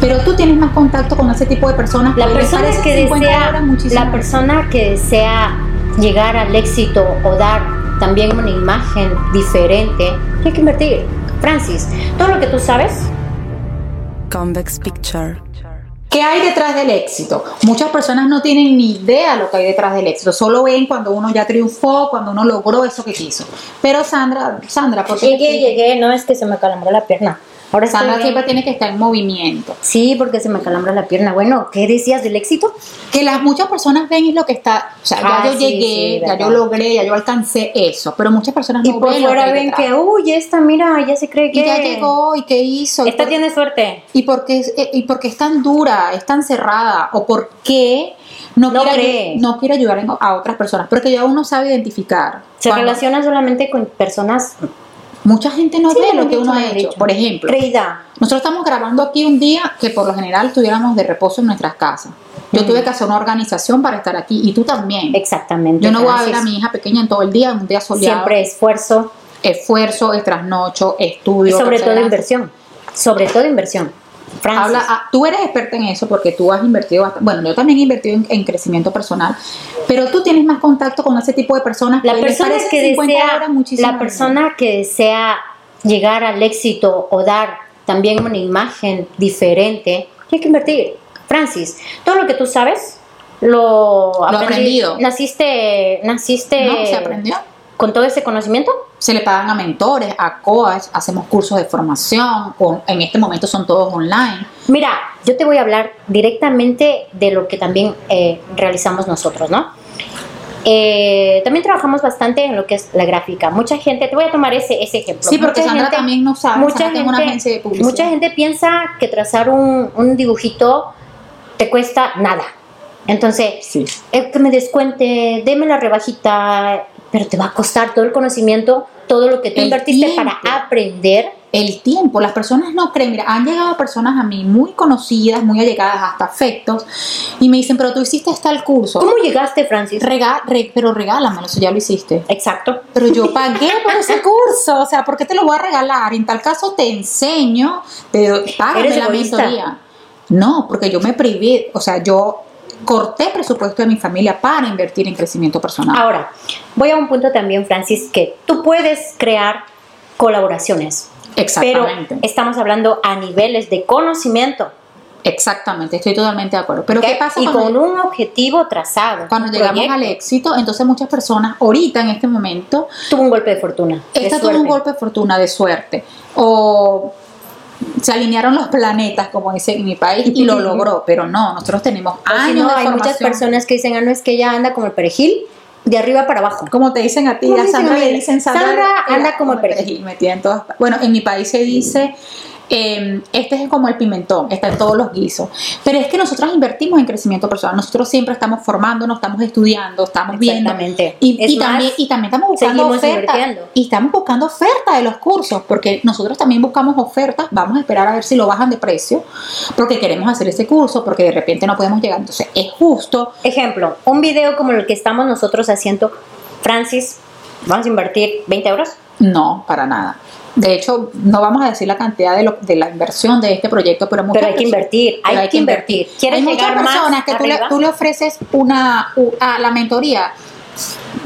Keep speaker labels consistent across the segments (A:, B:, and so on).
A: pero tú tienes más contacto con ese tipo de personas.
B: La persona que desea, la persona que desea llegar al éxito o dar también una imagen diferente, tiene que invertir. Francis, todo lo que tú sabes.
C: Convex Picture.
A: ¿Qué hay detrás del éxito? Muchas personas no tienen ni idea lo que hay detrás del éxito, solo ven cuando uno ya triunfó, cuando uno logró eso que quiso. Pero Sandra, Sandra, ¿por qué
B: Llegué, llegué, no es que se me calambró la pierna. Ahora estoy
A: Sandra
B: bien.
A: siempre tiene que estar en movimiento.
B: Sí, porque se me calambra la pierna. Bueno, ¿qué decías del éxito?
A: Que las muchas personas ven es lo que está, o sea, ya
B: Ah,
A: yo
B: sí,
A: llegué,
B: sí,
A: ya
B: verdad.
A: yo logré, ya yo alcancé eso, pero muchas personas
B: Y
A: Ah, no
B: por
A: ven lo que
B: fuera
A: hay
B: ven
A: detrás.
B: que, uy, esta, mira, ya se cree que...
A: y ya llegó y qué hizo y
B: Esta
A: por-
B: tiene suerte.
A: y por qué es, eh, y por qué es tan dura, es tan cerrada, o por qué no,
B: No
A: quiere,
B: cree.
A: ayu- no quiere ayudar en- a otras personas, porque ya uno sabe identificar.
B: Se
A: cuando-
B: relaciona solamente con personas...
A: Mucha gente no
B: Sí,
A: ve lo que
B: mucho
A: uno
B: me
A: ha
B: han
A: hecho.
B: dicho.
A: Por ejemplo,
B: Creída.
A: nosotros estamos grabando aquí un día que por lo general estuviéramos de reposo en nuestras casas. Yo
B: Mm.
A: tuve que hacer una organización para estar aquí y tú también.
B: Exactamente.
A: Yo no voy a ver a
B: Francis.
A: mi hija pequeña en todo el día, en un día soleado.
B: Siempre esfuerzo
A: Esfuerzo, es trasnocho,
B: y
A: estudio.
B: sobre todo
A: perseverancia.
B: inversión. Sobre todo inversión. Francis.
A: Habla, ah, tú eres experta en eso porque tú has invertido, bast- bueno, yo también he invertido en, en crecimiento personal, pero tú tienes más contacto con ese tipo de personas.
B: la
A: les
B: persona
A: parecen
B: que
A: 50
B: desea
A: dólares muchísimo
B: la persona que desea llegar al éxito o dar también una imagen diferente tiene que invertir Francis todo lo que tú sabes lo, aprendí-
A: aprendido.
B: naciste naciste
A: dinero, ¿no? Se aprendió.
B: con todo ese conocimiento
A: Se le pagan a mentores, a coaches, hacemos cursos de formación, con- en este momento son todos online.
B: Mira, yo te voy a hablar directamente de lo que también eh, realizamos nosotros, ¿no? Eh, también trabajamos bastante en lo que es la gráfica. Mucha gente, te voy a tomar ese, ese ejemplo.
A: Sí, porque
B: Mucha
A: Sandra
B: gente-
A: también no sabe,
B: mucha
A: Sandra tiene una
B: gente-
A: agencia de publicidad.
B: Mucha gente piensa que trazar un, un dibujito te cuesta nada. Entonces,
A: Sí.
B: eh, que me descuente, deme la rebajita, pero te va a costar todo el conocimiento, todo lo que tú
A: El
B: invertiste
A: tiempo.
B: para aprender.
A: El tiempo, las personas no creen, mira, han llegado personas a mí muy conocidas, muy allegadas, hasta afectos, y me dicen, pero tú hiciste hasta el curso.
B: ¿Cómo llegaste, Francis?
A: Rega- re- pero regálamelo, eso ya lo hiciste.
B: Exacto.
A: Pero yo pagué por ese curso, o sea, ¿por qué te lo voy a regalar? En tal caso te enseño, te doy, págame
B: Eres
A: la
B: egoísta.
A: mentoría. No, porque yo me privé, o sea, yo corté presupuesto de mi familia para invertir en crecimiento personal.
B: Ahora, voy a un punto también, Francis, que tú puedes crear colaboraciones, pero
A: exactamente,
B: estamos hablando a niveles de conocimiento
A: exactamente, estoy totalmente de acuerdo. Pero
B: ¿ok?
A: ¿qué pasa
B: y
A: cuando,
B: con un objetivo trazado.
A: cuando
B: un
A: llegamos
B: proyecto.
A: al éxito? Entonces muchas personas ahorita en este momento
B: Tuvo un golpe de fortuna. de
A: Esta tuvo un
B: suerte.
A: golpe de fortuna, de suerte. O se alinearon los planetas, como dice en mi país, y lo logró. Pero no, nosotros tenemos
B: O si
A: años
B: no,
A: Ah, de
B: hay muchas
A: formación.
B: personas que dicen, ah, no, es que ella anda como el perejil, de arriba para abajo.
A: Como te dicen a ti,
B: ¿Cómo
A: a
B: dicen
A: Sandra
B: a mí?
A: le dicen Sandra.
B: Sandra
A: era
B: anda como el perejil.
A: metida en todas- Bueno, en mi país se dice. eh, este es como el pimentón, está en todos los guisos. Pero es que nosotros invertimos en crecimiento personal. Nosotros siempre estamos formándonos, estamos estudiando, estamos viendo.
B: Exactamente.
A: Y,
B: Es
A: y
B: más,
A: también, y también estamos buscando
B: seguimos
A: ofertas.
B: invirtiendo.
A: Y estamos buscando ofertas de los cursos, porque nosotros también buscamos ofertas. Vamos a esperar a ver si lo bajan de precio, porque queremos hacer ese curso, porque de repente no podemos llegar. Entonces, es justo.
B: Ejemplo, un video como el que estamos nosotros haciendo, Francis, vamos a invertir 20 euros.
A: No, para nada. De hecho, no vamos a decir la cantidad de, lo- de la inversión de este proyecto, pero, muchas
B: Pero hay que
A: personas-
B: invertir, hay,
A: pero
B: que invertir. ¿Quieres
A: Hay muchas
B: llegar más
A: personas que tú le,
B: arriba?
A: tú le ofreces una u- a la mentoría,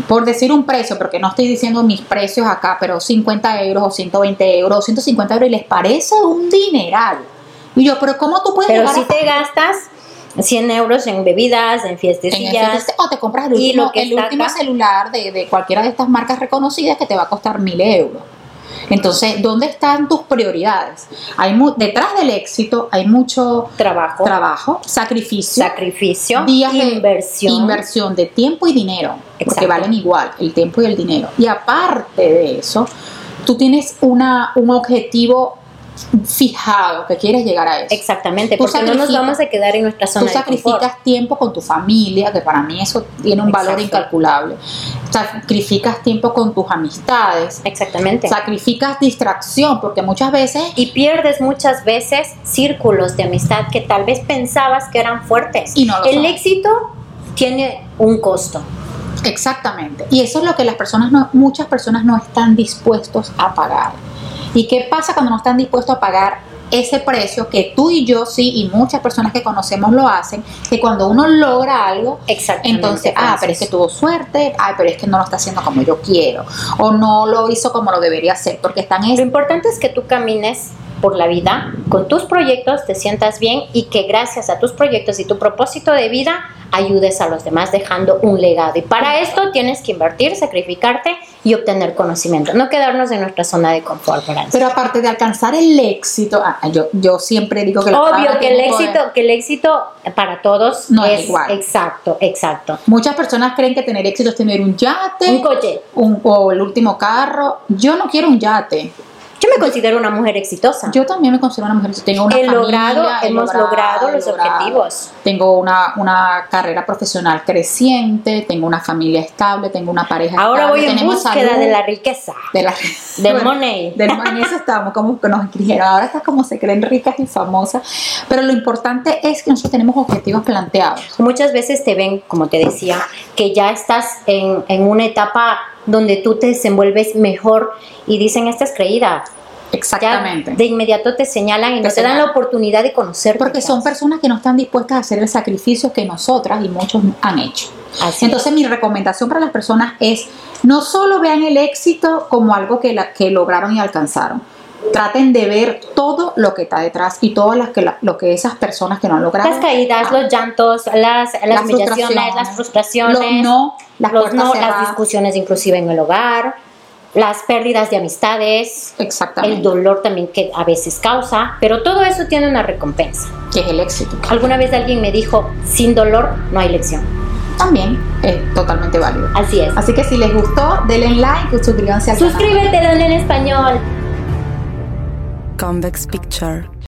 A: por decir un precio, porque no estoy diciendo mis precios acá, pero 50 euros o 120 euros o 150 euros y les parece un dineral. Y yo, pero ¿cómo tú puedes
B: Pero
A: llegar
B: si
A: a-
B: te gastas 100 euros en bebidas, en
A: en el
B: fiestecillas,
A: CTC? o te compras el
B: y
A: último,
B: lo que
A: el
B: está
A: último
B: acá.
A: celular de, de cualquiera de estas marcas reconocidas que te va a costar mil euros. Entonces, ¿dónde están tus prioridades? Hay mu- detrás del éxito hay mucho
B: trabajo,
A: trabajo, sacrificio,
B: sacrificio,
A: días de
B: inversión.
A: inversión de tiempo y dinero, porque
B: Exacto.
A: valen igual el tiempo y el dinero. Y aparte de eso, tú tienes una, un objetivo fijado que quieres llegar a eso.
B: Exactamente,
A: Tú
B: porque no nos
A: sacrificas.
B: vamos a quedar en nuestra zona
A: Tú
B: de confort.
A: sacrificas tiempo con tu familia, que para mí eso tiene un valor
B: Exacto.
A: incalculable. Sacrificas tiempo con tus amistades.
B: Exactamente.
A: Sacrificas distracción, porque muchas veces
B: y pierdes muchas veces círculos de amistad que tal vez pensabas que eran fuertes.
A: Y no lo
B: El
A: son.
B: éxito tiene un costo.
A: Exactamente. Y eso es lo que las personas no, muchas personas no están dispuestos a pagar. ¿Y qué pasa cuando no están dispuestos a pagar ese precio que tú y yo sí y muchas personas que conocemos lo hacen, que cuando uno logra algo,
B: Exactamente.
A: entonces, ah,
B: Francis.
A: pero es que tuvo suerte, ah, pero es que no lo está haciendo como yo quiero, o no lo hizo como lo debería hacer, porque están
B: Lo
A: en
B: importante es que tú camines por la vida con tus proyectos, te sientas bien y que gracias a tus proyectos y tu propósito de vida ayudes a los demás dejando un legado. Y para esto tienes que invertir, sacrificarte y obtener conocimiento, no quedarnos en nuestra zona de confort. Francis.
A: pero aparte de alcanzar el éxito, ah, yo, yo siempre digo que la palabra
B: Obvio que el
A: tiene poder.
B: éxito, que el éxito para todos
A: No es igual.
B: Exacto, exacto.
A: Muchas personas creen que tener éxito es tener un yate
B: Un coche.
A: un- o el último carro. Yo no quiero un yate.
B: Yo me considero una mujer exitosa.
A: Yo también me considero una mujer. Tengo una
B: He
A: familia,
B: logrado,
A: he
B: hemos logrado
A: he
B: los
A: logrado.
B: objetivos.
A: Tengo una, una carrera profesional creciente, tengo una familia estable, tengo una pareja
B: Ahora
A: estable,
B: voy en
A: tenemos
B: búsqueda
A: salud,
B: de la riqueza,
A: de la-
B: del
A: bueno,
B: money.
A: del money, eso estamos como que nos dijeron, ahora estás como se creen ricas y famosas, pero lo importante es que nosotros tenemos objetivos planteados.
B: Muchas veces te ven, como te decía, que ya estás en, en una etapa donde tú te desenvuelves mejor y dicen, esta es creída. Ya
A: Exactamente.
B: de inmediato te señalan y
A: Te
B: no te dan la
A: señalan.
B: oportunidad de conocer.
A: Porque son personas que no están dispuestas a hacer el sacrificio que nosotras y muchos han hecho.
B: Así es.
A: Entonces mi recomendación para las personas es no solo vean el éxito como algo que, la- que lograron y alcanzaron. Traten de ver todo lo que está detrás y todo las que la- lo que esas personas que no han logrado.
B: Las caídas,
A: ah,
B: los llantos, las, las,
A: las
B: humillaciones, las frustraciones,
A: los no, las
B: los
A: puertas
B: no, las
A: cerradas.
B: discusiones inclusive en el hogar, las pérdidas de amistades,
A: Exactamente.
B: el dolor también que a veces causa, pero todo eso tiene una recompensa.
A: que es el éxito.
B: Alguna vez alguien me dijo, sin dolor no hay lección.
A: También es totalmente válido.
B: Así es.
A: Así que si les gustó, denle like, suscríbanse al canal.
B: Suscríbete, don en español.
C: Convex Picture.